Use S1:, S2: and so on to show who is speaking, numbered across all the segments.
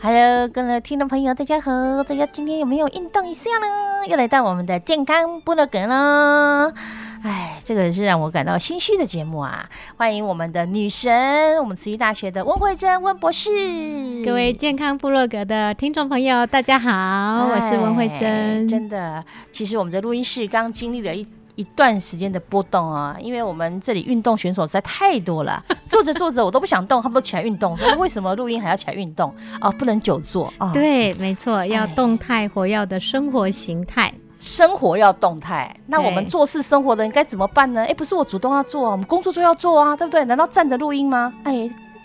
S1: Hello，各位听众朋友，大家好！大家今天有没有运动一下呢？又来到我们的健康部落格喽。哎，这个是让我感到心虚的节目啊！欢迎我们的女神，我们慈济大学的温慧珍温博士。嗯
S2: 各位健康部落格的听众朋友，大家好，我是温慧
S1: 哎
S2: 珍。
S1: 真的，其实我们在录音室刚经历了一一段时间的波动啊，因为我们这里运动选手实在太多了，坐着坐着我都不想动，他们都起来运动，说为什么录音还要起来运动啊？不能久坐啊，，
S2: 对，没错，要
S1: 哎
S2: 动态活跃的生活形态。
S1: 生活要动态，那我们
S2: 对
S1: 做事生活的人该怎么办呢？哎，不是我主动要做啊，我们工作就要做啊，对不对？难道站着录音吗？哎，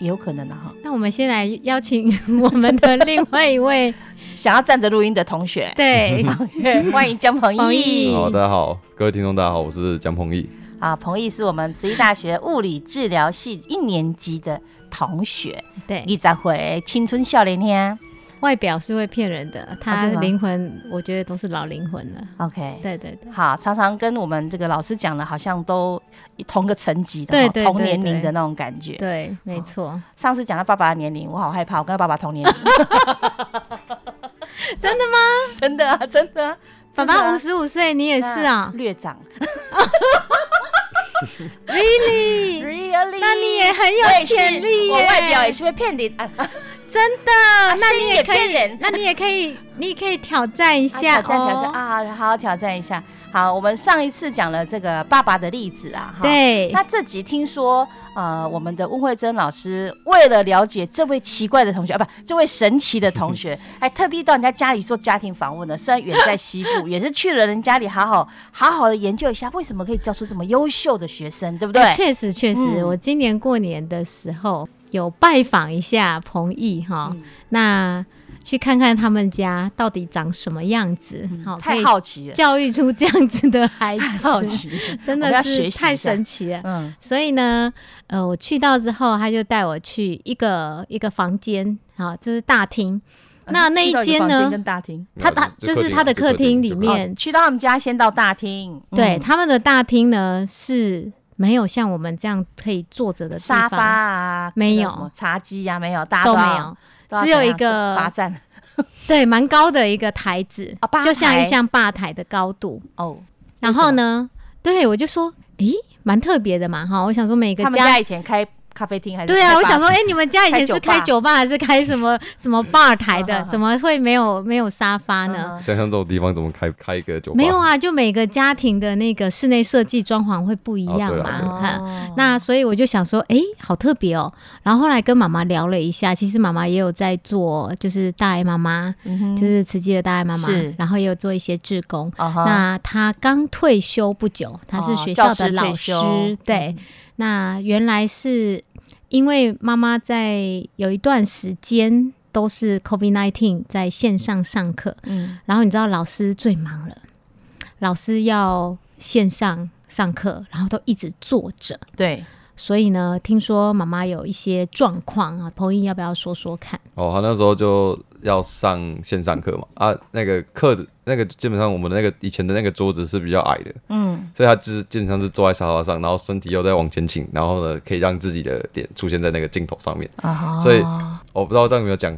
S1: 也有可能啊哈。
S2: 那我们先来邀请我们的另外 一位，
S1: 想要站着录音的同 学，
S2: 对，
S1: 欢迎江鹏
S2: 彭
S1: 毅
S2: 毅
S3: 好，大家好，各位听众，大家好，我是蒋鹏毅。
S1: 啊，彭毅是我们慈济大学物理治疗系一年级的同学。
S2: 对，
S1: 你咋回青春少年天
S2: 外表是会骗人的，他
S1: 真的吗
S2: 灵魂我觉得都是老灵魂了。
S1: ？OK，
S2: 对对对，
S1: 好，常常跟我们这个老师讲的，好像都同个层级的，
S2: 对
S1: 哈
S2: 对
S1: 同
S2: 对
S1: 年龄
S2: 对
S1: 的那种感觉。
S2: 对，没错，
S1: 上次讲到爸爸的年龄，我好害怕，我跟他爸爸同年龄。
S2: 真的吗？
S1: 真的啊，真的啊，
S2: 爸爸五十五岁，你也
S1: 也
S2: 是啊
S1: 略长
S2: ，Really？
S1: ，really，
S2: 那你也很
S1: 我也
S2: 有
S1: 是
S2: 潜力耶，
S1: 我外表也是会骗人啊，啊
S2: 真的，那
S1: 声音
S2: 你
S1: 啊也
S2: 也可
S1: 骗
S2: 以
S1: 人啊
S2: 那你也可以，你也可以挑战一下、
S1: 挑战挑战
S2: 哦！
S1: 啊，好好挑战一下。好，我们上一次讲了这个爸爸的例子啊，哈。
S2: 对，
S1: 那这集听说，呃，我们的温慧珍老师为了了解这位奇怪的同学啊，不，这位神奇的同 学，还特地到人家家里做家庭访问呢。虽然远在西 部，也是去了人家里，好好好好的研究一下，为什么可以教出这么优秀的学生，对不对？
S2: 哎确实确实、
S1: 嗯
S2: 我今年过年的时候有拜访一下彭毅哈、
S1: 嗯
S2: 那去看看他们家到底长什么样子，好、
S1: 嗯
S2: 可
S1: 太
S2: 以
S1: 好奇了，
S2: 教育出这样子的孩子，
S1: 太好 奇了，
S2: 真
S1: 我们
S2: 的
S1: 要学习
S2: 是
S1: 一下
S2: 太神奇了。
S1: 嗯，
S2: 所以呢，呃，我去到之后，他就带我去一个一个房间，好、就是大厅。那那一
S1: 啊呃去到
S2: 间
S1: 你房
S2: 呢？
S1: 跟大厅，
S2: 他他就是他的客厅里
S1: 哦
S2: 面，
S1: 去到他们家先到大厅，
S2: 对
S1: 嗯
S2: 他们的大厅呢是没有像我们这样可以坐着的地
S1: 沙
S2: 方
S1: 发啊，
S2: 没有
S1: 那个什么茶几啊，没有，大家
S2: 都
S1: 要
S2: 没有，，
S1: 都要
S2: 只有
S1: 怎
S2: 一
S1: 样
S2: 个
S1: 罚站
S2: 对，蛮高的一个台子，
S1: 啊吧
S2: 就像
S1: 台
S2: 一像吧台的高度。
S1: 哦。
S2: 然后呢，对我就说，诶，蛮特别的嘛哈，我想说每个
S1: 他们
S2: 家
S1: 家以前开咖啡厅还是
S2: 对啊，
S1: 开
S2: 我
S1: 吧
S2: 想说，哎、你们家以前是
S1: 开
S2: 开
S1: 酒嗯
S2: 酒吧还是开 什么什么 bar 台
S1: 好
S2: 的
S1: 好，好
S2: 怎么会没有没有沙发呢？
S1: 嗯
S3: 想象这种地方怎么开开一个酒吧？
S2: 没有，啊，就每个家庭的那个室内设计装潢会不一
S3: 哦
S2: 样
S3: 对啦
S2: 嘛，
S3: 对
S2: 嗯哈、
S1: 哦
S2: 那所以我就想说，诶，好特别哦。然后后来跟妈妈聊了一下，其实妈妈也有在做，就是大爱妈妈，
S1: 嗯哼
S2: 就是慈济的大爱妈妈
S1: 是，
S2: 然后也有做一些志工。
S1: 啊哈
S2: 那她刚退休不久，她是
S1: 哦
S2: 学
S1: 教
S2: 校
S1: 师
S2: 的
S1: 退
S2: 老
S1: 休嗯
S2: 师，对。那原来是因为妈妈在有一段时间都是 COVID nineteen 在线上上课，
S1: 嗯
S2: 然后你知道老师最忙了，老师要线上上课，然后都一直坐着。
S4: 对，
S2: 所以呢，听说妈妈有一些状况啊，彭毅要不要说说看？
S3: 哦，他那时候就要上线上课嘛，啊，那个课的那个基本上我们的那个以前的那个桌子是比较矮的，
S4: 嗯，
S3: 所以他就是基本上是坐在沙发上，然后身体又在往前倾，然后呢可以让自己的脸出现在那个镜头上面。
S1: 啊
S4: 哦
S3: 所以我不知道这样有没有讲，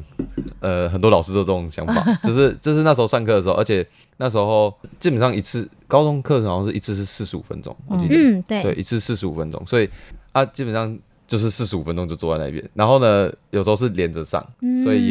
S3: 呃，很多老师都有这种想 法，就是就是那时候上课的时候，而且那时候基本上一次高中课程好像是一次是四十五分钟，我记得，
S2: 嗯对
S3: 一次四十五分钟，所以啊基本上。就是四十五分钟就坐在那边，然后呢，有时候是连着上，
S2: 嗯
S3: 所以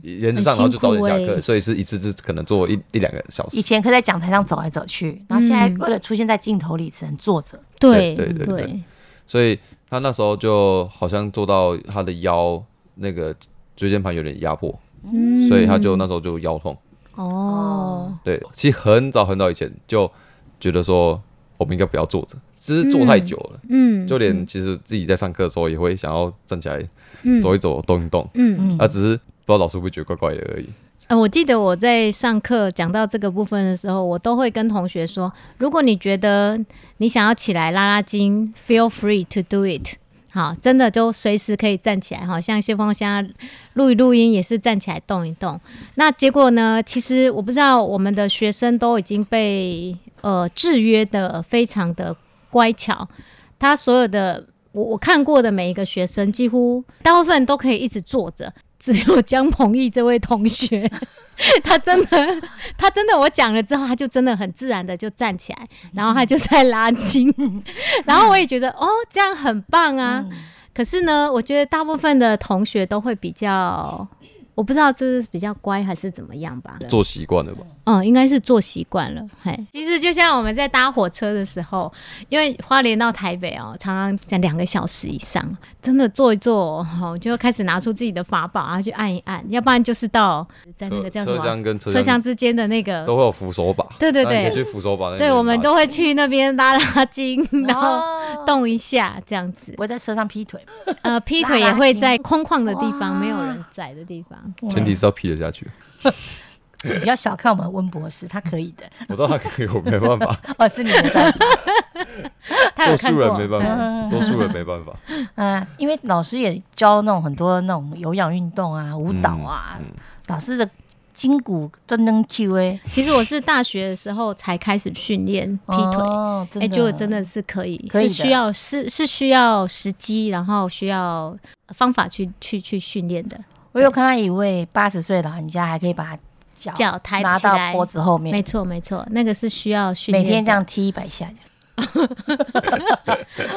S3: 也连着上，然后就早点下
S2: 很辛苦
S3: 课，
S2: 欸
S3: 所以是一次就可能坐一一两个小时
S4: 以。前可以在讲台上走来走去，然后现
S2: 嗯
S4: 在为了出现在镜头里，只能坐着。
S2: 对
S3: 对对对所以他那时候就好像做到他的腰那个椎间盘有点压迫，
S2: 嗯
S3: 所以他就那时候就腰痛。
S2: 哦，
S3: 对，其实很早很早以前就觉得说我们应该不要坐着，只是坐太久了。
S2: 嗯，
S3: 就连其实自己在上课的时候也会想要站起来
S2: 嗯
S3: 走一走、动一动，
S2: 嗯嗯
S3: 啊，只是不知道老师会不会觉得怪怪的而已。
S2: 呃，我记得我在上课讲到这个部分的时候，我都会跟同学说，如果你觉得你想要起来拉拉筋，feel free to do it。好，真的就随时可以站起来，好像谢峰现在录一录音也是站起来动一动。那结果呢？其实我不知道我们的学生都已经被呃制约的非常的乖巧，他所有的我我看过的每一个学生，几乎大部分都可以一直坐着，只有江鹏毅这位同学， 他真的，他真的，我讲了之后，他就真的很自然的就站起来，然后他就在拉筋， 然后我也觉得哦，这样很棒啊。可是呢，我觉得大部分的同学都会比较，我不知道这是比较乖还是怎么样吧。
S3: 做习惯了吧？
S2: 嗯，应该是做习惯了。嘿，其实就像我们在搭火车的时候，因为花莲到台北哦，常常在两个小时以上，真的坐一坐哦，哦就开始拿出自己的法宝，然后去按一按，要不然就是到在那个叫什么
S3: 车厢跟车
S2: 车
S3: 厢
S2: 厢之间的那个
S3: 都会有扶手把，
S2: 呃对对
S3: 那你可以去
S2: 对
S3: 扶手把那边
S2: 对，我们
S3: 拿
S2: 都会去那边拉拉筋，然后动一下这样子。
S4: 不会在车上劈腿，
S2: 呃，劈腿也会在空旷的地方，没有人在的地方。
S3: 前提是要劈得下 去。
S1: 你不要小看我们温博士，他可以的。
S3: 我知道他可以，我没办法，
S1: 哦，是你没办法。
S2: 他
S3: 多
S2: 有看
S3: 数
S2: 过，
S3: 人没办法，
S1: 嗯
S3: 多数人没办 法。
S1: 嗯，因为老师也教那种很多那种有氧运动啊、舞蹈啊，老师的筋骨真能 Q 哎，
S2: 其实我是大学的时候才开始训练劈腿，
S1: 哦真
S2: 哎、
S1: 的
S2: 就真的是可以，
S1: 可以
S2: 是
S1: 的
S2: 需要是是需要时机，然后需要方法去去去训练的，
S1: 我有看到一位八十岁老人家还可以把脚
S2: 脚抬
S1: 拿
S2: 起来
S1: 到脖子后
S2: 没
S1: 面，
S2: 错没错，那个是需要训
S1: 每
S2: 练的。
S1: 天这样踢一百下。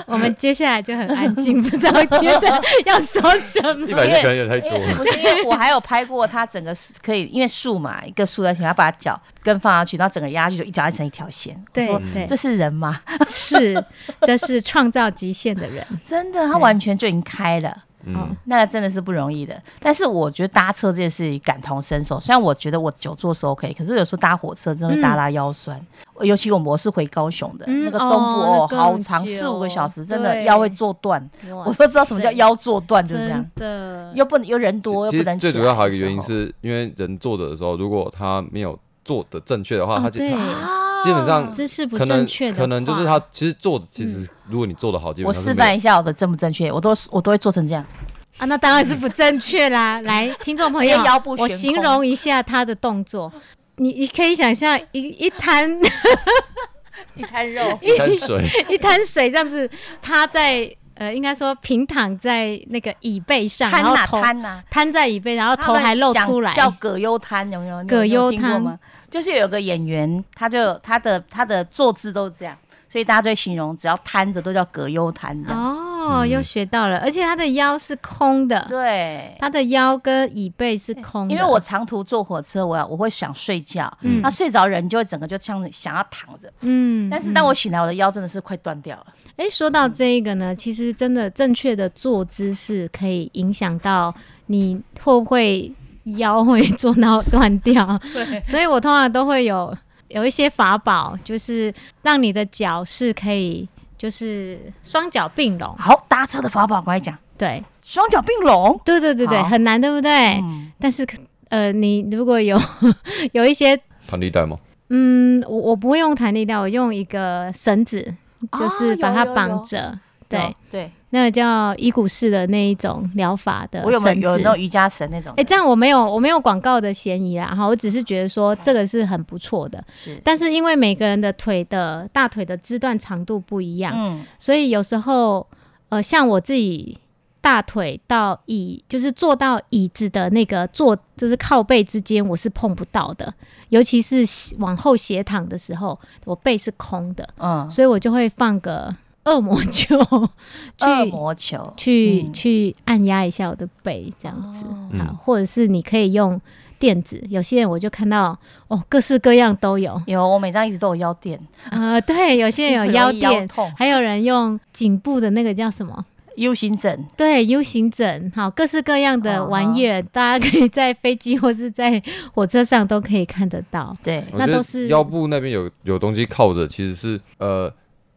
S2: 我们接下来就很安静，不知道接着要说什么。
S1: 一
S3: 百下可能有点太多了
S1: 不是因为我还有拍过他整个可以，因为树嘛，一个树在前，他把脚跟放上去，然后整个压下去，就一脚压成一条线。
S2: 对
S1: 我
S2: 对
S1: 说这是人 吗？
S2: 是，这是创造极限的人。
S1: 真的，他完全就已经开了。
S2: 嗯，
S1: 那真的是不容易的。但是我觉得搭车这件事情感同身受，虽然我觉得我久坐是 OK，可是有时候搭火车真的会搭到腰酸。呃尤其我们是回高雄的，
S2: 嗯
S1: 那个东部
S2: 哦
S1: 哦，
S2: 那
S1: 好
S2: 更
S1: 长
S2: 久
S1: 四五个小时，真的
S2: 对
S1: 腰会坐断。
S2: 哇
S1: 我都知道什么叫
S2: 塞
S1: 腰坐断，就是这样
S2: 真。的，
S1: 又不能又人多，又
S3: 其
S1: 不
S3: 实
S1: 能
S3: 最
S1: 起
S3: 主
S1: 来
S2: 啊
S3: 要还有
S1: 的
S3: 一
S1: 时
S3: 个原因
S1: 候
S3: 是因为人坐着的时候，如果他没有坐的正确的话，他就
S2: 哦对啊
S3: 他基本上
S2: 姿势不
S3: 可能
S2: 正确的
S3: 可能就是
S2: 话
S3: 他其实坐着，其实如果你坐的好，基
S1: 我
S3: 本上
S1: 示
S3: 是没
S1: 范
S3: 有。
S1: 一下我的正不正确，我都我都会做成这样。
S2: 啊，那当然是不正确啦！来，听众朋友
S1: 因为嗯哎腰部，悬
S2: 我
S1: 空
S2: 形容一下他的动作，你你可以想象一一滩
S1: 一滩肉
S3: 一滩水
S2: 一滩水这样子趴在呃，应该说平躺在那个椅背上，
S1: 摊
S2: 然后
S1: 呐
S2: 头
S1: 摊呐，
S2: 摊在椅背，然后
S1: 他
S2: 啊头
S1: 们
S2: 还露
S1: 讲
S2: 出来，
S1: 叫葛优瘫，有没有？你有
S2: 葛
S1: 你有
S2: 优
S1: 听过
S2: 瘫
S1: 吗？就是有个演员，他就他的他的坐姿都是这样，所以大家就会形容只要瘫着都叫葛优瘫的。
S2: 哦，又学到了，而且他的腰是空的，
S1: 对，
S2: 他的腰跟椅背是空的，
S1: 因为我长途坐火车，我我会想睡觉，啊
S2: 嗯
S1: 那睡着人就会整个就像想要躺着，
S2: 嗯，
S1: 但是
S2: 嗯
S1: 当我醒来，我的腰真的是快断掉了。
S2: 诶，说
S1: 嗯
S2: 到这一个呢，其实真的正确的坐姿是可以影响到你会不会腰会坐到断掉。
S1: 对
S2: 所以我通常都会有有一些法宝，就是让你的脚是可以就是双脚并拢。
S1: 好，搭车的法宝，我跟你讲，
S2: 对，
S1: 双脚并拢。
S2: 对对对对，
S1: 好嗯
S2: 很哎 难，对不对？但是可呃，你如果有有一些
S3: 弹力带吗？
S2: 嗯，我我不会用弹力带，我用一个绳子，
S1: 啊
S2: 就是把它
S1: 有有
S2: 绑
S1: 有
S2: 着。
S1: 有
S2: 对
S1: 哦对，
S2: 那个叫伊古式的那一种疗法的
S1: 我有没
S2: 绳
S1: 有有
S2: 子
S1: 那种瑜伽绳那种
S2: 哎、？这样我没有我没有广告的嫌疑啦，哈，我只是觉得说这个是很不错的，
S1: 是
S2: 但是因为每个人的腿的大腿的肢段长度不一样，
S1: 嗯，
S2: 所以有时候呃，像我自己大腿到椅，就是坐到椅子的那个坐，就是靠背之间，我是碰不到的，尤其是斜往后斜躺的时候，我背是空的，
S1: 嗯，
S2: 所以我就会放个恶魔球去
S1: 恶魔球
S2: 去、
S1: 嗯
S2: 去按压一下我的背，这样子、
S3: 嗯
S2: 好，或者是你可以用垫子，有些人我就看到哦，各式各样都有，
S1: 有我每张椅子都有腰垫
S2: 呃，对，有些 人有腰
S1: 容易腰
S2: 垫
S1: 痛，
S2: 还有人用颈部的那个叫什么？
S1: ，U 型枕，
S2: 对 U 型枕，好，各式各样的玩意儿，大家可以在飞机或是在火车上都可以看得到。
S1: 对
S3: 我
S2: 那
S3: 觉得
S2: 都是
S3: 腰部那边有有东西靠着，其实是呃，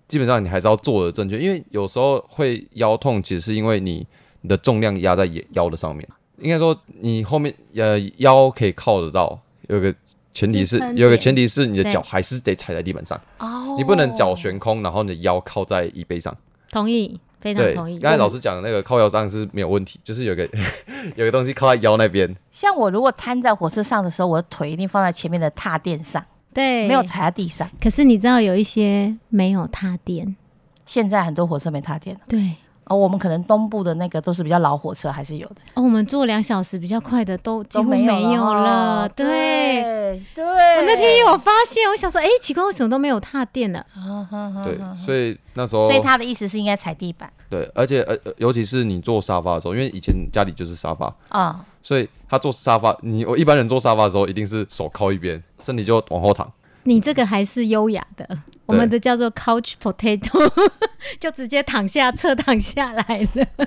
S3: 基本上你还是要坐的正确，因为有时候会腰痛，其实是因为你你的重量压在腰腰的上面。应该说你后面呃腰可以靠得到，有个前提是
S2: 支撑点
S3: 有个前提是你的
S2: 对
S3: 脚还是得踩在地板上，
S1: 哦
S3: 你不能脚悬空，然后你的腰靠在椅背上。
S2: 同意，非常
S3: 对
S2: 同意。，
S3: 刚才老师讲的那个靠腰当然是没有问题，就是有个 有个东西靠在腰那边，
S1: 像我如果瘫在火车上的时候，我的腿一定放在前面的踏垫上，
S2: 对
S1: 没有踩在地上。
S2: 可是你知道有一些没有踏垫，
S1: 现在很多火车没踏垫，
S2: 对。
S1: 哦，我们可能东部的那个都是比较老火车，还是有的，
S2: 哦，我们坐两小时比较快的都几
S1: 都
S2: 乎
S1: 没有
S2: 没有
S1: 了
S2: 了
S1: 哦。
S2: 对，
S1: 对，
S2: 我那天有发现，我想说，哎，奇怪，为什么都没有踏垫呢？嗯
S3: 对，所以那时候
S1: 所以他的意思是应该踩地板
S3: 对，而且呃，呃尤其是你坐沙发的时候，因为以前家里就是沙发，
S1: 啊。
S3: 所以他坐沙发，你我一般人坐沙发的时候，一定是手靠一边，身体就往后躺。
S2: 你这个还是优雅的，我们的叫做 couch potato，就 直接躺下侧躺下来了。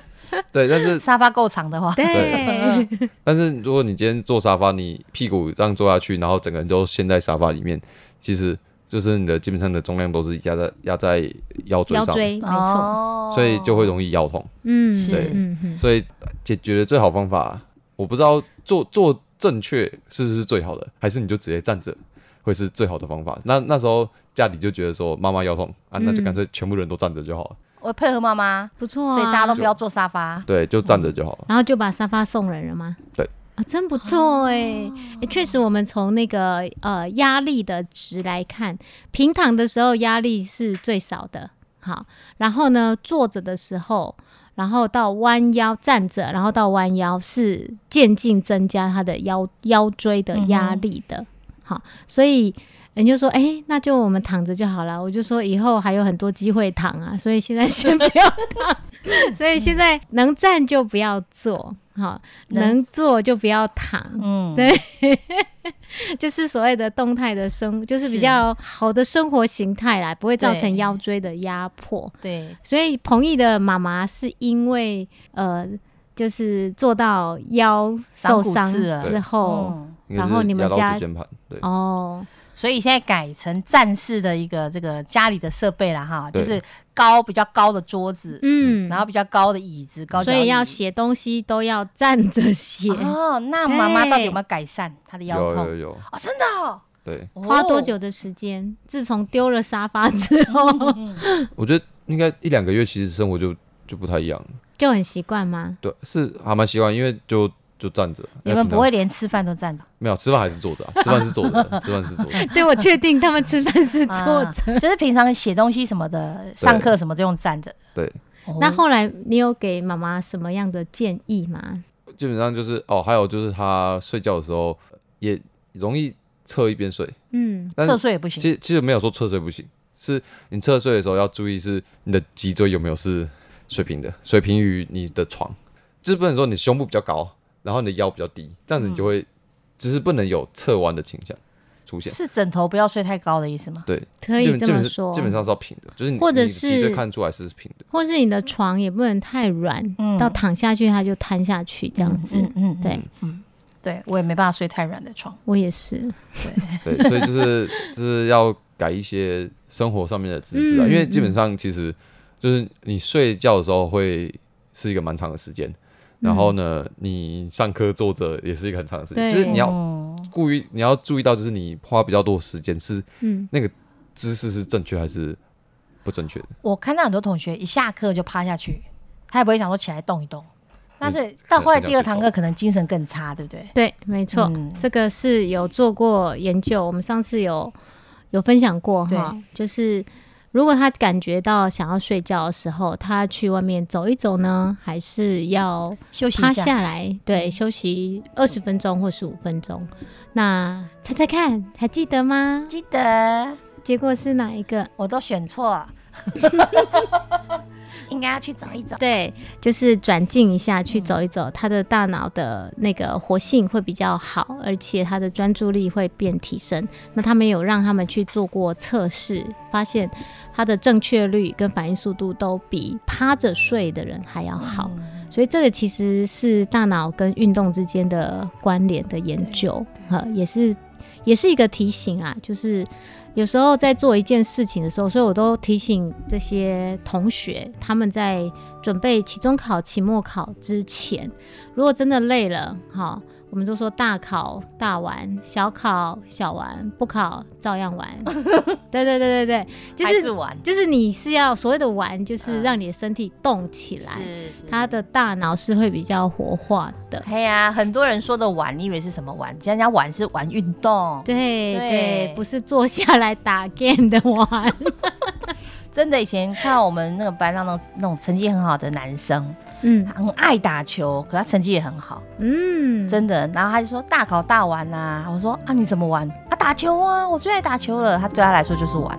S3: 对，但 是
S1: 沙发够长的话，
S2: 哎对，
S3: 但是如果你今天坐沙发，你屁股这样坐下去，然后整个人都陷在沙发里面，其实就是你的基本上的重量都是压在压在腰椎
S2: 腰
S3: 上，
S2: 椎没
S1: 哦
S2: 错，
S3: 所以就会容易腰痛。
S2: 嗯，
S3: 对
S2: 嗯嗯，
S3: 所以解决的最好方法，我不知道做做正确是不是最好的，还是你就直接站着会是最好的方法。那那时候家里就觉得说妈妈腰痛啊，
S1: 嗯
S3: 那就干脆全部人都站着就好了，
S1: 我配合妈妈，
S2: 不错啊
S1: 所以大家都不要坐沙发。
S3: 对，就站着就好了。
S2: 然后就把沙发送人了吗？
S3: 对
S2: 啊，真不错哎、欸，诶确、实，我们从那个呃压力的值来看，平躺的时候压力是最少的，好，然后呢坐着的时候，然后到弯腰站着，然后到弯腰是渐进增加他的腰腰椎的压力的，好，所以。人就说：“哎、那就我们躺着就好了。”我就说：“以后还有很多机会躺啊，所以现在先不要 所以现在能站就不要坐，哈，
S1: 能
S2: 能坐就不要躺，
S1: 嗯，
S2: 对，就是所谓的动态的生，就是比
S1: 是
S2: 较好的生活形态啦，不会造
S1: 对
S2: 成腰椎的压迫。
S1: 对，
S2: 所以彭毅的妈妈是因为呃，就是做到腰受
S1: 长
S2: 伤
S1: 骨刺了
S2: 之后，
S1: 嗯，
S3: 应该
S2: 然后
S3: 是
S2: 你们
S3: 压到
S2: 家
S3: 椎间盘，对，
S2: 哦，
S1: 所以现在改成站式的一个这个家里的设备了哈，就
S3: 对
S1: 是高比较高的桌子，
S2: 嗯，
S1: 然后比较高的椅子，高脚
S2: 所以要
S1: 椅
S2: 写东西都要站着写，
S1: 哦，那妈妈
S2: 对
S1: 到底有没有改善她的腰
S3: 有
S1: 痛？
S3: 有有，
S1: 哦，真的哦，
S3: 对，
S2: 花多
S1: 哦？
S2: 久的时间？自从丢了沙发之后，
S3: 我觉得应该一两个月，其实生活就就不太一样了，
S2: 就很习惯吗？
S3: 对，是还蛮习惯，因为就就站着。
S1: 你
S3: 因为
S1: 们
S3: 平
S1: 不
S3: 常
S1: 会连吃饭都站着？
S3: 没有吃饭还是坐着啊？吃饭是坐着，吃饭是坐着。
S2: 对，我确定他们吃饭是坐
S1: 啊
S2: 着。
S1: 就是平常写东西什么的，上课什么就用站着。
S3: 对，
S1: 哦
S2: 那后来你有给妈妈什么样的建议吗？
S3: 基本上就是哦，还有就是他睡觉的时候也容易侧一边睡，
S2: 嗯，
S3: 但
S1: 侧
S3: 是
S1: 睡也不行
S3: 其实其实没有说侧睡不行，是你侧睡的时候要注意是你的脊椎有没有是水平的，水平于你的床，就是不能说你胸部比较高，然后你的腰比较低，这样子你就会、
S2: 嗯
S3: 就是不能有侧弯的倾向出现。
S1: 是枕头不要睡太高的意思吗？
S3: 对，
S2: 可以
S3: 基本
S2: 这
S3: 基本
S2: 么
S3: 是
S2: 说
S3: 基本上是要平的，就是你
S2: 或者
S3: 你的脊椎
S2: 是
S3: 看出来是平的。
S2: 或是你的床也不能太软，
S1: 嗯
S2: 到躺下去它就瘫下去这样子。
S1: 嗯嗯，嗯
S2: 对
S1: 对，我也没办法睡太软的床。
S2: 我也是，
S3: 对，所以就是就是要改一些生活上面的知识啊，
S2: 嗯
S3: 因为基本上其实就是你睡觉的时候会是一个蛮长的时间，然后呢，你上课坐着也是一个很长的时间，
S2: 嗯对
S3: 就是你要
S1: 嗯
S2: 哦
S3: 故意你要注意到，就是你花比较多的时间是
S2: 嗯
S3: 那个姿势是正确还是不正确的。
S1: 我看到很多同学一下课就趴下去，他也不会想说起来动一动。但是到
S2: 嗯可能
S1: 后来
S2: 很
S1: 第二
S2: 想
S1: 堂课可能精神更差，对不嗯对？
S2: 对，没错，这个是有做过研究，我们上次有有分享过哈，就是如果他感觉到想要睡觉的时候，他去外面走一走呢，还是要
S1: 嗯休息一
S2: 趴
S1: 下嗯
S2: 下来，对，休息二十分钟或十五分钟。那猜猜看，还记得吗？
S1: 记得。
S2: 结果是哪一个？
S1: 我都选错了，应该要去走一走。
S2: 对，就是转进一下去走一走，他的大脑的那个活性会比较好，而且他的专注力会变提升。那他们有让他们去做过测试，发现他的正确率跟反应速度都比趴着睡的人还要好。
S1: 嗯
S2: 所以这个其实是大脑跟运动之间的关联的研究，哈，也是也是一个提醒啊，就是有时候在做一件事情的时候，所以我都提醒这些同学，他们在准备期中考、期末考之前，如果真的累了，哈，我们就说大考大玩，小考小玩，不考照样 玩。对对对对对，就
S1: 还
S2: 是
S1: 是玩嗯
S2: 就是你是要所谓的玩，就是让你的身体动起来，他的大脑是会比较活化的。
S1: 哎呀，很多人说的玩，你以为是什么玩？人家玩是玩运动，
S2: 对
S1: 对
S2: 对，不是坐下来打 game 的 玩。
S1: 真的，以前看到我们那个班上那种那种成绩很好的男生，
S2: 嗯，
S1: 很爱打球，可他成绩也很好，
S2: 嗯，
S1: 真的。然后他就说大考大玩啊，我说啊你怎么玩？啊打球啊，我最爱打球了。他对他来说就是玩。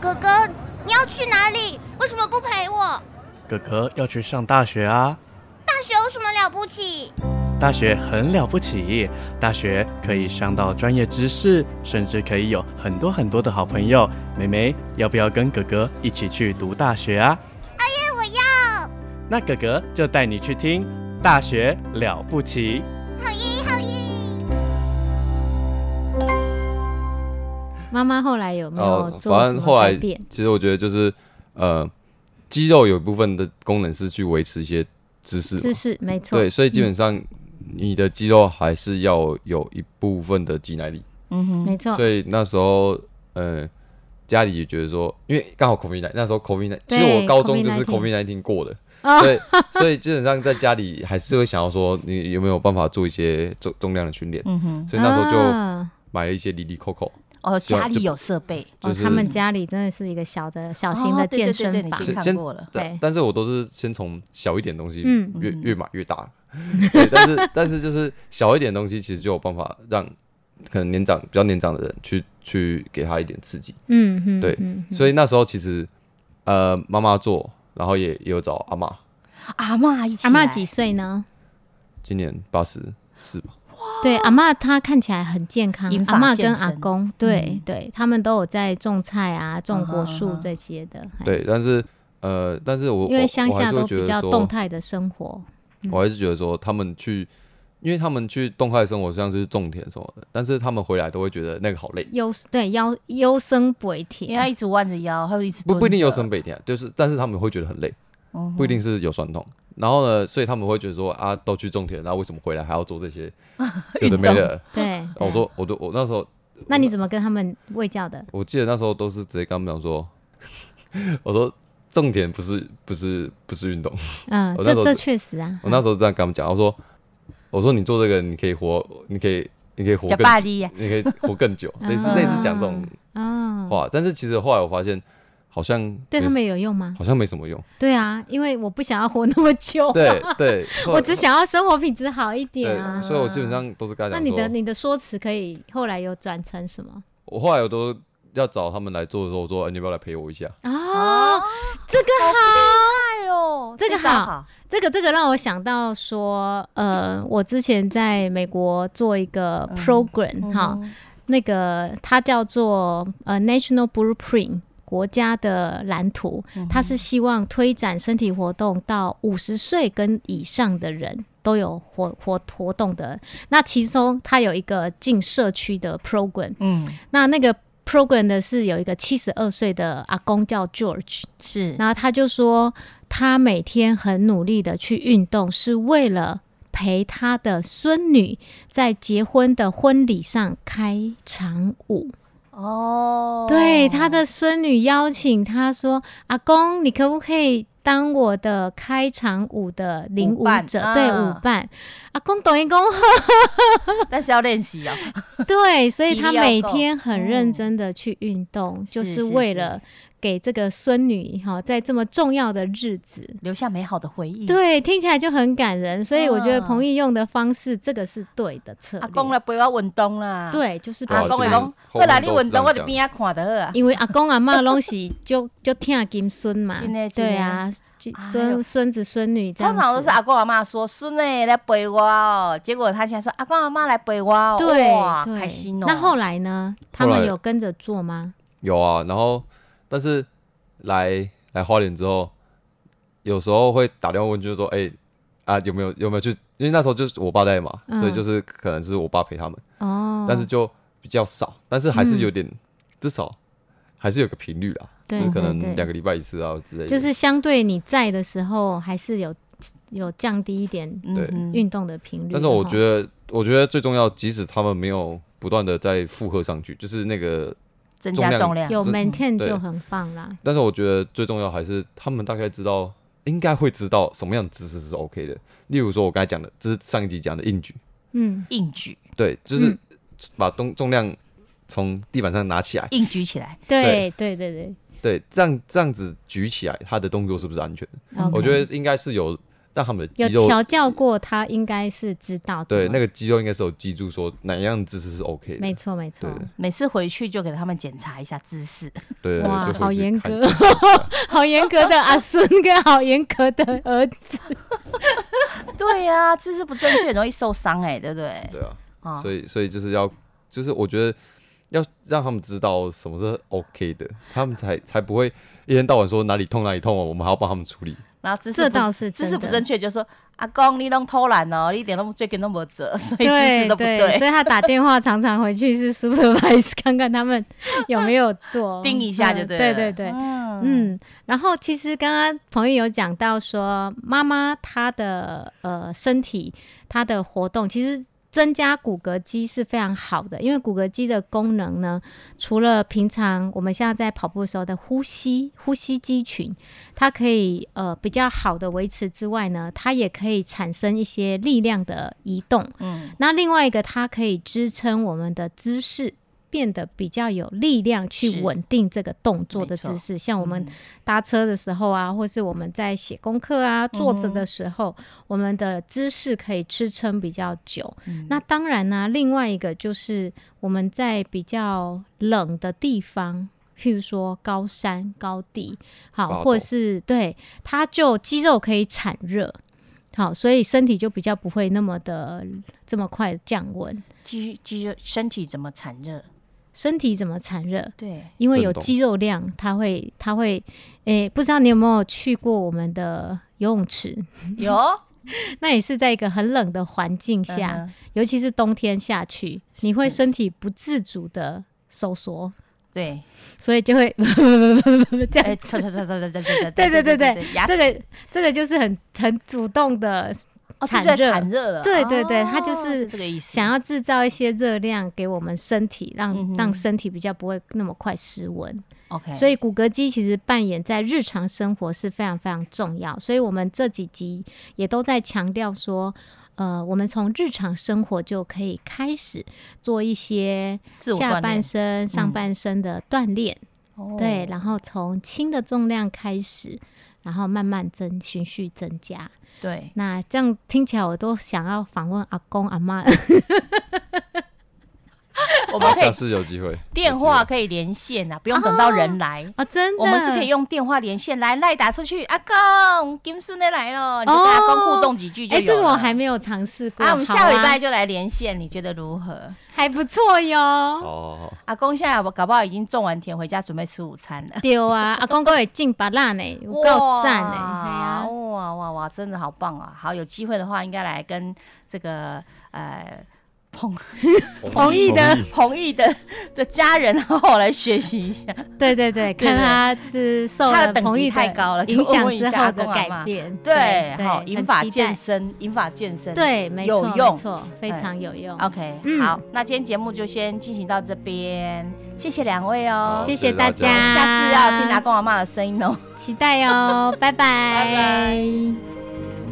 S5: 哥哥，你要去哪里？为什么不陪我？
S6: 哥哥要去上大学啊，
S5: 大学有什么了不起？
S6: 大学很了不起，大学可以上到专业知识，甚至可以有很多很多的好朋友。妹妹，要不要跟哥哥一起去读大学啊？
S5: 哎呀，我要！
S6: 那哥哥就带你去听《大学了不起》。
S5: 好耶，好耶！
S2: 妈妈后来有没有
S3: 哦，
S2: 做
S3: 反
S2: 什
S3: 正
S2: 么
S3: 后
S2: 改
S3: 来
S2: 变？
S3: 其实我觉得就是呃，肌肉有一部分的功能是去维持一些姿势嘛，
S2: 姿势没错
S3: 对，所以基本
S2: 嗯
S3: 上你的肌肉还是要有一部分的肌耐力。
S2: 嗯哼没错
S3: 所以那时候呃，家里也觉得说，因为刚好 COVID 那时候 COVID 其实
S2: 对
S3: 我高中就是 COVID
S2: ，COVID-19
S3: 19过的。
S2: 哦
S3: 所以，所以基本上在家里还是会想要说，你有没有办法做一些重重量的训练？
S1: 嗯哼
S3: 所以那时候就
S2: 啊
S3: 买了一些离离扣扣。
S1: 哦，
S3: 希望
S1: 家里
S3: 啊就
S1: 有设备，
S3: 就
S2: 哦，
S3: 是
S2: 他们家里真的是一个小的小型的
S1: 哦对对
S2: 健
S1: 对对
S2: 身
S1: 你
S2: 房，
S1: 先看过了
S3: 但
S2: 对
S3: 啊但是我都是先从小一点东西，
S2: 嗯
S3: 越越买越大。对，但是但是就是小一点东西，其实就有办法让可能年长比较年长的人去去给他一点刺激。
S2: 嗯嗯
S3: 对
S2: 嗯，嗯
S3: 所以那时候其实呃妈妈做，然后也也有找阿妈，
S1: 阿妈一起
S2: 阿妈几岁呢？
S3: 今年八十四吧。
S2: 对，阿嬷她看起来很健康
S1: 哦银，发
S2: 阿嬷
S1: 健
S2: 跟阿
S1: 身嗯
S2: 公，对对，他们都有在种菜啊、种果树这些的，
S1: 嗯
S2: 哎
S3: 对，但是呃，但是我
S2: 因为
S3: 我
S2: 乡
S3: 我还
S2: 下
S3: 是会
S2: 都
S3: 觉
S2: 比
S3: 得
S2: 较
S3: 说
S2: 动态的生活。嗯
S3: 我还是觉得说他们去因为他们去动态生活像就是种田什么的，但是他们回来都会觉得那个好累，
S2: 优对腰优生北
S1: 因为他
S2: 田，
S1: 一直弯着腰，他就一直
S3: 不不一定
S1: 蹲
S3: 有
S1: 着
S3: 生北田，就是但是他们会觉得很累，
S1: 嗯
S3: 不一定是有酸痛。然后呢，所以他们会觉得说啊，都去种田，然后为什么回来还要做这些 有的没的？
S2: 对
S3: 然哦后我说，我都我那时候
S2: 那你怎么跟他们喂教的？
S3: 我记得那时候都是直接跟他们讲说， 我说种田不是不是不是运 动，
S2: 嗯，
S3: 我那时
S2: 这
S3: 候
S2: 这确实啊，
S3: 我那时候这样跟他们讲，我说我说你做这个你可以活，你可以你可以活
S1: 假
S3: 更
S1: 巴
S3: 久
S1: 黎呀
S3: 你可以活更 久，类似类似讲这种
S2: 嗯，
S3: 话，但是其实后来我发现好像
S2: 对
S3: 没
S2: 他们有用吗？
S3: 好像没什么用，
S2: 对啊，因为我不想要活那么久、啊，，
S3: 对对
S2: 我只想要生活品质好一点啊。
S3: 对，所以我基本上都是跟他讲
S2: 那你的
S3: 说，
S2: 你的说辞可以后来有转成什么？
S3: 我后来我都要找他们来做的时候，我说哎你要不要来陪我一下？
S2: 哦，这个
S1: 好，哦，
S2: 哎这个
S1: 招
S2: 好，这个这个让我想到说，呃，我之前在美国做一个 program 哈、那个它叫做呃 National Blueprint 国家的蓝图，它是希望推展身体活动到五十岁跟以上的人。都有活活活动的，那其中它有一个进社区的 program，
S1: 嗯，
S2: 那那个 program 的是有一个七十二岁的阿公叫 George，
S1: 是，
S2: 然后他就说他每天很努力的去运动，是为了陪他的孙女在结婚的婚礼上开场舞。
S1: 哦，
S2: 对，他的孙女邀请他说：“阿公，你可不可以当我的开场舞的领
S1: 舞
S2: 舞
S1: 伴
S2: 者？
S1: 啊
S2: 对，舞伴。”阿公抖音公呵，
S1: 但是要练习哦，
S2: 对，所以
S1: 体
S2: 他
S1: 力要
S2: 每
S1: 够嗯
S2: 天很认真的去运动，就是
S1: 是
S2: 是为
S1: 是
S2: 了给这个孙女哈，在这么重要的日子
S1: 留下美好的回忆。，
S2: 对，听起来就很感人，所以我觉得
S1: 嗯
S2: 彭毅用的方式，这个是对的策
S1: 阿
S2: 略。
S1: 公来陪我运动啦，
S2: 对，就是
S3: 对啊
S1: 阿公会
S3: 就是
S1: 讲，
S3: 后
S1: 会
S3: 面都
S1: 啦，你
S3: 是
S1: 运
S3: 这样
S1: 动我就
S3: 讲
S1: 边仔看的啊。
S2: 因为阿公阿嬷拢是就就听金孙嘛
S1: 真的，
S2: 对啊，就
S1: 哎呦
S2: 孙孙子孙女这样
S1: 通
S2: 子。
S1: 常都是阿公阿妈说：“孙呢来陪我哦。”结果他现在说：“阿公阿妈来陪我哦。”
S2: 对
S1: 哇，
S2: 对
S1: 开心哦。
S2: 那后来呢？他
S3: 后
S2: 们
S3: 来
S2: 有跟着做吗？
S3: 有啊，然后但是来来花莲之后，有时候会打电话问，就是说，哎、啊有没有有没有去？因为那时候就是我爸在嘛，
S2: 嗯
S3: 所以就是可能是我爸陪他们，
S2: 哦，嗯
S3: 但是就比较少，但是还是有点，至少还是有个频率啦，
S2: 对
S3: 就是可
S2: 对
S3: 能
S2: 对
S3: 两个礼拜一次啊之类的。
S2: 就是相对你在的时候，还是有有降低一点
S1: 嗯
S3: 对
S2: 运动的频率。
S3: 但是我觉
S2: 得，
S3: 得，我觉得最重要，即使他们没有不断的在负荷上去，就是那个
S1: 增加重量
S2: 有
S3: 增
S2: maintain
S3: 对
S2: 就很棒啦。
S3: 但是我觉得最重要还是他们大概知道，应该会知道什么样的姿势是 OK 的。例如说，我刚才讲的，这是上一集讲的硬举，
S2: 嗯，
S1: 硬举，
S3: 对，就是把重重量从地板上拿起来，
S1: 硬举起来，
S2: 对对对对，
S3: 对，这样这样子举起来，他的动作是不是安全的
S1: 嗯
S2: OK
S3: 我觉得应该是有让他们的
S2: 有
S3: 肌肉，
S2: 调教过，他应该是知道怎么。
S3: 对，那个肌肉应该是有记住说哪样的姿势是 OK 的
S2: 没。错没错。
S1: 每次回去就给他们检查一下姿 势。
S3: 对对
S2: 哇
S3: 对，就，
S2: 好
S3: 回去
S2: 严
S3: 看
S2: 格， 好严格的阿孙跟好严格的儿子，
S1: 对呀、姿势不正确很容易受伤哎、对不对？
S3: 对啊，
S1: 啊
S3: 所以所以就是要，就是我觉得要让他们知道什么是 OK 的，他们才才不会一天到晚说哪里痛哪里痛哦，我们还要帮他们处理。
S1: 然后姿势
S2: 这
S1: 不
S2: 倒是
S1: 姿
S2: 真
S1: 势不
S2: 的
S1: 正确，就说阿公你弄偷懒哦，你一点都不最近都没折，所以姿
S2: 对
S1: 势都不 对，
S2: 所以他打电话常常回去是 supervise 看看他们有没有做，
S1: 盯一下就
S2: 嗯
S1: 对
S2: 对
S1: 了
S2: 对对，嗯，然后其实刚刚朋友有讲到说，妈妈她的呃身体她的活动其实。增加骨骼肌是非常好的，因为骨骼肌的功能呢，除了平常我们现在在跑步的时候的呼吸呼吸肌群，它可以呃比较好的维持之外呢，它也可以产生一些力量的移动。
S1: 嗯，
S2: 那另外一个，它可以支撑我们的姿势变得比较有力量，去
S1: 是
S2: 稳定这个动作
S1: 没
S2: 的
S1: 错嗯
S2: 姿势。像我们搭车的时候啊，或是我们在写功课
S1: 嗯
S2: 啊、坐着的时候，我们的姿势可以支撑比较久。
S3: 嗯
S2: 那当然呢、另外一个就是我们在比较冷的地方。譬如说高山、高地，
S3: 发抖
S2: 好，或是对它就肌肉可以产热，好，所以身体就比较不会那么的这么快降温。
S1: 肌肌肉身体怎么产热？
S2: 身体怎么产热？
S1: 对，
S2: 因为
S3: 震
S2: 有
S3: 动
S2: 肌肉量，它 会它会，诶、不知道你有没有去过我们的游泳池？
S1: 有
S2: 那也是在一个很冷的环境下，
S1: 嗯哼
S2: 尤其是冬天下去，你
S1: 嗯
S2: 会身体不自主的收缩，
S1: 对，
S2: 所以 就会
S1: 哎抽抽抽抽抽
S2: 这样子。
S1: 抽抽 抽
S2: 对对对对
S1: 牙，
S2: 这
S1: 齿
S2: 个这个就是很很主动的
S1: 哦这
S2: 产
S1: 就在
S2: 热，
S1: 产热了
S2: 对对对，
S1: 哦
S2: 它就是
S1: 这个意思
S2: 想要制造一些热量给我们身体，让、
S1: 嗯哼
S2: 让身体比较不会那么快失温。
S1: OK
S2: 所以骨骼肌其实扮演在日常生活是非常非常重要，所以我们这几集也都在强调说。呃，我们从日常生活就可以开始做一些
S1: 自我锻
S2: 下
S1: 炼
S2: 半身、上
S1: 嗯
S2: 半身的锻炼，
S1: 哦
S2: 对，然后从轻的重量开始，然后慢慢增，循序增加。
S1: 对
S2: 那这样听起来，我都想要访问阿公阿 妈。
S1: 我们可
S3: 下
S1: 以
S3: 次有机会。
S1: 电话可以连线啊，不用等到人来
S2: 啊、真
S1: 我们是可以用电话连线来赖打出去。阿公，金孙的来了，你就跟阿公互动几句就
S2: 哎、这
S1: 有
S2: 个我
S1: 了。
S2: 还没哦有尝试过。
S1: 啊，我们下个礼拜
S2: 就
S1: 就来连线，你觉得如何？
S2: 还不错哟。
S3: 哦，
S1: 阿公现在我搞不好已经种完田回家准备吃午餐了。
S2: 对啊，阿公公也进把烂呢，有 够赞欸
S1: 哇
S2: 呢。
S1: 哇哇哇，真的好棒啊！好，有机会的话应该来跟这个呃彭彭毅的彭毅的的家人，然后来学习一下。
S2: 对对对，看他就是受
S1: 他
S2: 了
S1: 的等
S2: 彭
S1: 级
S2: 毅
S1: 太高了，
S2: 影响
S1: 问一
S2: 之
S1: 下
S2: 后
S1: 阿
S2: 的
S1: 公阿
S2: 改
S1: 嬷
S2: 变。
S1: 对，
S2: 对
S1: 好，引法健，
S2: 很期
S1: 身，引法健身，
S2: 待对，没
S1: 有
S2: 错，
S1: 用哎
S2: 没，错，非常有用。
S1: OK，、
S2: 嗯
S1: 好，那今天节目就先进行到这边，谢谢两位哦，
S2: 谢谢大家，
S1: 下次要听阿公阿妈的声音哦。
S2: 期待哦，拜拜，拜拜。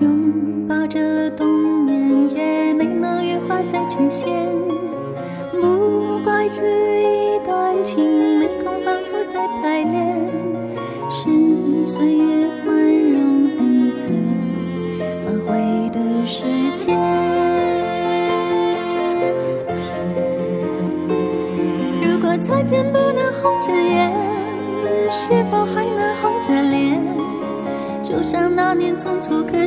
S7: 拥抱着冬眠，也没能羽化再成仙。不怪这一段情没空反复再排练，是岁月宽容恩赐，反悔的时间。如果再见不能红着眼，是否还能红着脸？就像那年匆促刻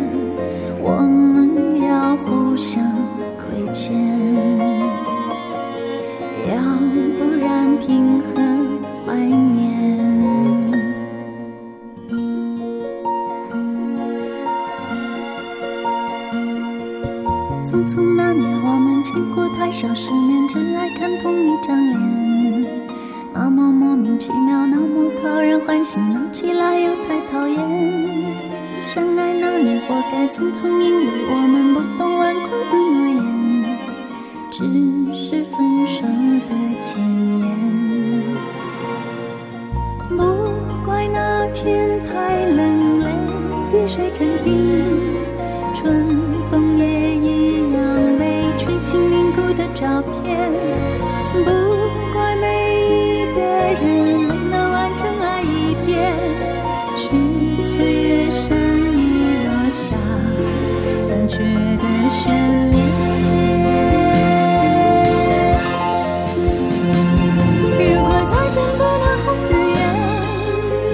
S7: 我们要互相亏欠，要不然平衡怀念。匆匆那年，我们见过太少世面，只爱看同一张脸。那么莫名其妙，那么讨人欢喜，闹起来又太讨厌。相爱那年活该匆匆，因为我们不懂顽固的诺言，只是分手的前言。不怪那天太冷，泪滴水成冰。春风也一样被吹进凝固的照片。不怪每一个人没能完整爱一遍，是岁月善意落下残缺的悬念。如果再见不能红着眼，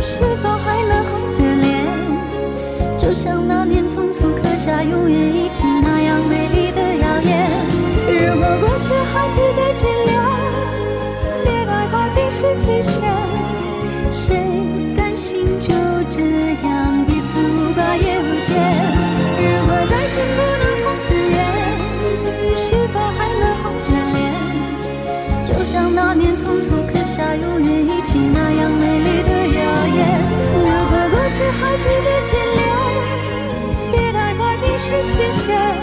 S7: 是否还能红着脸？就像那年匆促刻下永远一起那样美丽的谣言。如果过去还值得眷恋，别太快冰释前嫌。谁甘心就这样彼此无挂也无牵？如果再见不能红着眼，是否还能红着脸？就像那年匆促刻下永远一起那样美丽的谣言。如果过去还值得眷恋，别太快冰释前嫌。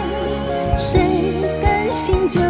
S7: 谁甘心就